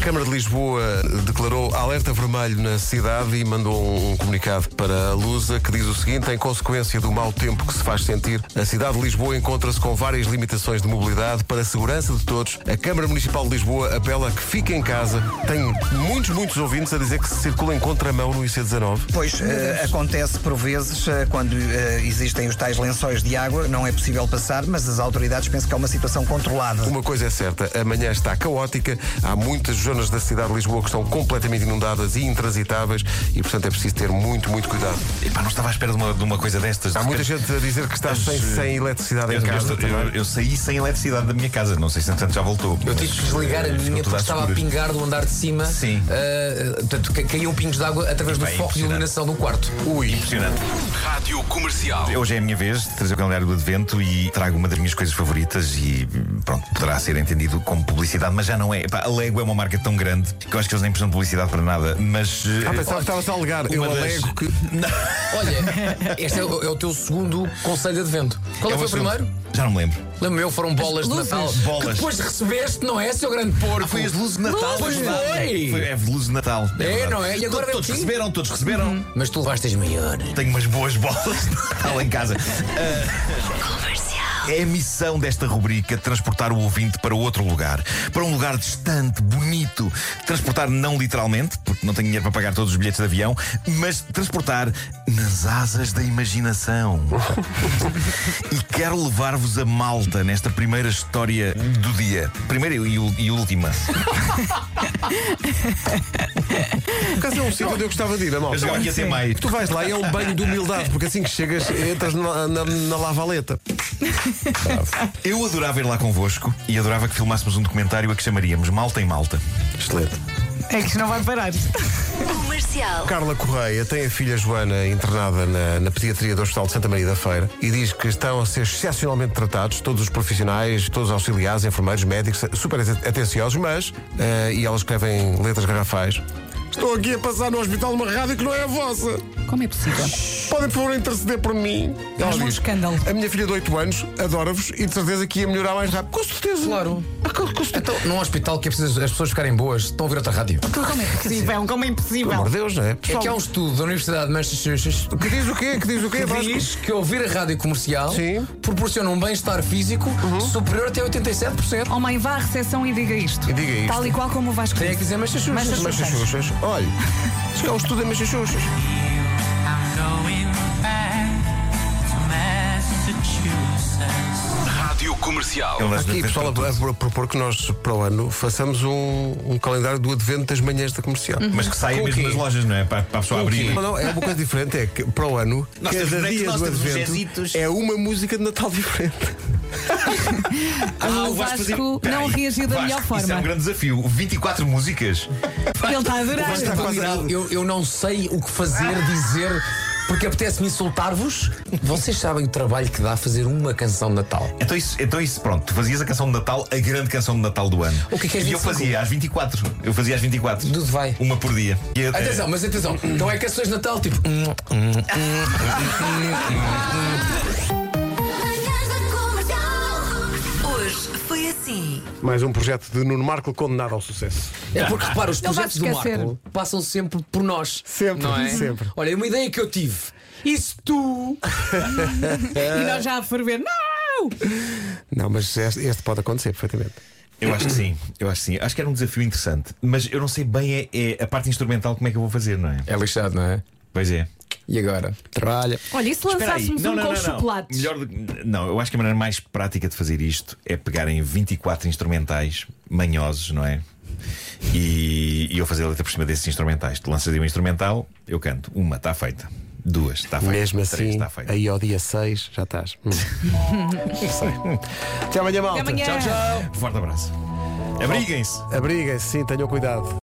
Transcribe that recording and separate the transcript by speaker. Speaker 1: Câmara de Lisboa declarou alerta vermelho na cidade e mandou um, um comunicado para a Lusa que diz o seguinte: em consequência do mau tempo que se faz sentir, a cidade de Lisboa encontra-se com várias limitações de mobilidade. Para a segurança de todos, a Câmara Municipal de Lisboa apela a que fique em casa. Tem muitos, muitos ouvintes a dizer que se circula em contramão no IC19.
Speaker 2: Pois eh, acontece por vezes eh, quando eh, existem os tais lençóis de água, não é possível passar, mas as autoridades pensam que é uma situação controlada.
Speaker 1: Uma coisa é certa, amanhã está caótica, há muitas zonas da cidade de Lisboa que estão completamente inundadas e intransitáveis e, portanto, é preciso ter muito, muito cuidado.
Speaker 3: Epá, não estava à espera de uma, de uma coisa destas.
Speaker 1: Há muita gente a dizer que está sem, sem eletricidade
Speaker 3: Eu,
Speaker 1: em casa.
Speaker 3: eu- eu- eu saí sem eletricidade da minha casa, não sei se entretanto já voltou.
Speaker 4: Eu tive que desligar a minha porque estava a pingar do andar de cima.
Speaker 3: Sim.
Speaker 4: Ah, portanto, ca- caíam pingos de água através do
Speaker 3: Epá, é
Speaker 4: foco de
Speaker 3: impressionante.
Speaker 4: iluminação do quarto.
Speaker 3: Ui. Impressionante.
Speaker 5: Rádio Comercial.
Speaker 3: Hoje é a minha vez de trazer o calendário do Advento e trago uma das minhas coisas favoritas e hum, pronto, poderá ser entendido como publicidade, mas já não é. Epá, a Lego é uma marca tão grande que eu acho que eles nem precisam de publicidade para nada, mas.
Speaker 1: Ah,
Speaker 3: eh,
Speaker 1: pensava que estavas a alegar. Eu
Speaker 3: uma das-
Speaker 1: alego que.
Speaker 3: um
Speaker 4: é Olha, este é o, é o teu segundo conselho de advento. Qual é
Speaker 3: é
Speaker 4: que foi
Speaker 3: uma
Speaker 4: o
Speaker 3: segunda-
Speaker 4: primeiro?
Speaker 3: Já não me lembro.
Speaker 4: Lembro-me eu, foram bolas de
Speaker 6: luzes.
Speaker 4: Natal.
Speaker 3: Bolas.
Speaker 4: Que depois recebeste, não é, seu grande porco?
Speaker 3: Foi as luzes de Natal.
Speaker 4: Luzes,
Speaker 3: é verdade.
Speaker 4: foi.
Speaker 3: Foi, é luzes de Natal.
Speaker 4: É,
Speaker 3: verdade.
Speaker 4: não é? E agora
Speaker 3: todos, todos
Speaker 4: é assim?
Speaker 3: receberam, todos receberam.
Speaker 4: Mas tu levaste as maiores.
Speaker 3: Tenho umas boas bolas de Natal em casa. Ah, é a missão desta rubrica transportar o ouvinte para outro lugar. Para um lugar distante, bonito. Transportar não literalmente, porque não tenho dinheiro para pagar todos os bilhetes de avião, mas transportar nas asas da imaginação. E quero levar-vos a Malta nesta primeira história do dia. Primeira e ul- e última.
Speaker 1: Por acaso é um sítio onde eu gostava de ir, a
Speaker 3: Eu chegava aqui até maio.
Speaker 1: Tu vais lá e é um banho de humildade, porque assim que chegas, entras na, na, na lavaleta.
Speaker 3: Eu adorava ir lá convosco e adorava que filmássemos um documentário a que chamaríamos Malta em Malta.
Speaker 1: Excelente.
Speaker 6: É que isto não vai parar.
Speaker 7: Comercial.
Speaker 1: Carla Correia tem a filha Joana internada na, na pediatria do Hospital de Santa Maria da Feira e diz que estão a ser excepcionalmente tratados todos os profissionais, todos os auxiliares, enfermeiros, médicos, super atenciosos, mas, eh, e elas escrevem letras garrafais, estou aqui a passar no hospital uma rádio que não é a vossa.
Speaker 6: Como é possível?
Speaker 1: Podem, por favor, interceder por mim. Ela
Speaker 6: um
Speaker 1: diz,
Speaker 6: escândalo.
Speaker 1: A minha filha de 8 anos adora-vos e de certeza que ia melhorar mais rápido. Com certeza.
Speaker 4: Claro.
Speaker 1: Ah, com- com certeza.
Speaker 4: Então, num hospital que é preciso as pessoas ficarem boas, estão a ouvir outra rádio.
Speaker 6: Como é possível? Como é
Speaker 1: Pelo amor
Speaker 6: impossível?
Speaker 1: de Deus, não é?
Speaker 4: É
Speaker 1: Pessoal,
Speaker 4: que há um estudo da Universidade de Massachusetts
Speaker 1: Que diz o quê? Que diz o quê?
Speaker 4: que
Speaker 1: Vasco?
Speaker 4: diz que ouvir a rádio comercial
Speaker 1: Sim.
Speaker 4: proporciona um bem-estar físico superior até 87%.
Speaker 6: Oh mãe, vá à recepção e diga isto.
Speaker 1: E diga isto.
Speaker 6: Tal e qual como o Vasco.
Speaker 4: Tem é que
Speaker 6: disse.
Speaker 4: dizer Massachusetts.
Speaker 6: Massachusetts.
Speaker 1: Massachusetts. Olha, diz que é um estudo em Massachusetts.
Speaker 5: Rádio Comercial.
Speaker 3: Ele
Speaker 1: Aqui, pessoal, a, a propor que nós, para o ano, façamos um, um calendário do advento das manhãs da comercial.
Speaker 4: Uhum.
Speaker 3: Mas que saia
Speaker 1: Com o
Speaker 3: mesmo
Speaker 1: quê?
Speaker 3: das lojas, não é? Para, para a pessoa abrir.
Speaker 1: Não, não, é uma coisa diferente, é que para o ano,
Speaker 3: Nós temos
Speaker 1: cada
Speaker 3: bonecos,
Speaker 1: dia
Speaker 3: nós
Speaker 1: do
Speaker 3: temos
Speaker 1: advento
Speaker 3: gesitos.
Speaker 1: é uma música de Natal diferente.
Speaker 6: o
Speaker 3: Vasco fazia-
Speaker 6: Vasco
Speaker 3: Peraí,
Speaker 6: não reagiu da
Speaker 3: Vasco,
Speaker 6: melhor
Speaker 3: Isso é
Speaker 6: forma.
Speaker 3: um grande desafio. 24 músicas.
Speaker 6: Ele está a adorar.
Speaker 1: Vasco está quase-
Speaker 4: Eu, eu- eu não sei o que fazer, dizer, porque apetece-me insultar-vos. Vocês sabem o trabalho que dá fazer uma canção de Natal.
Speaker 3: Então isso, então isso, pronto. Tu fazias a canção de Natal, a grande canção de Natal do ano.
Speaker 4: O que é que é
Speaker 3: E eu
Speaker 4: 25?
Speaker 3: fazia às 24. Eu fazia às 24.
Speaker 4: Dudu, vai.
Speaker 3: Uma por dia. E eu-
Speaker 4: Atenção, mas atenção, não é canções de Natal tipo. hum,
Speaker 7: Manhãs da Comercial. Hoje foi assim.
Speaker 1: Mais um projeto de Nuno Marco condenado ao sucesso.
Speaker 4: É porque repara, os
Speaker 6: Não vai
Speaker 4: projetos do
Speaker 6: esquecer.
Speaker 4: Marco passam sempre por nós.
Speaker 1: Sempre,
Speaker 4: não é?
Speaker 1: sempre.
Speaker 4: Olha, uma ideia que eu tive. E se tu.
Speaker 6: E nós já a ferver. Não!
Speaker 1: Não, mas este, este pode acontecer perfeitamente.
Speaker 3: Eu acho que sim. Eu acho que sim. Acho que era um desafio interessante. Mas eu não sei bem é, é a parte instrumental como é que eu vou fazer, não é?
Speaker 4: É lixado, não é?
Speaker 3: Pois é.
Speaker 4: E agora? Trabalha.
Speaker 6: Olha, e se
Speaker 3: Espera aí.
Speaker 6: lançássemos
Speaker 3: Não,
Speaker 6: um
Speaker 3: não,
Speaker 6: com
Speaker 3: não, não.
Speaker 6: chocolates?
Speaker 3: Melhor do que- Não, eu acho que a maneira mais prática de fazer isto é pegarem 24 instrumentais manhosos, não é? E, e eu fazer a letra por cima desses instrumentais. Tu lanças aí um instrumental, eu canto. Uma, está feita. Duas, está feita.
Speaker 1: Mesmo
Speaker 3: Três,
Speaker 1: assim,
Speaker 3: está feita.
Speaker 1: aí ao dia 6 já estás. Hum. Até amanhã, malta.
Speaker 6: amanhã.
Speaker 3: Forte abraço. Abriguem-se.
Speaker 1: Abriguem-se, sim, tenham cuidado.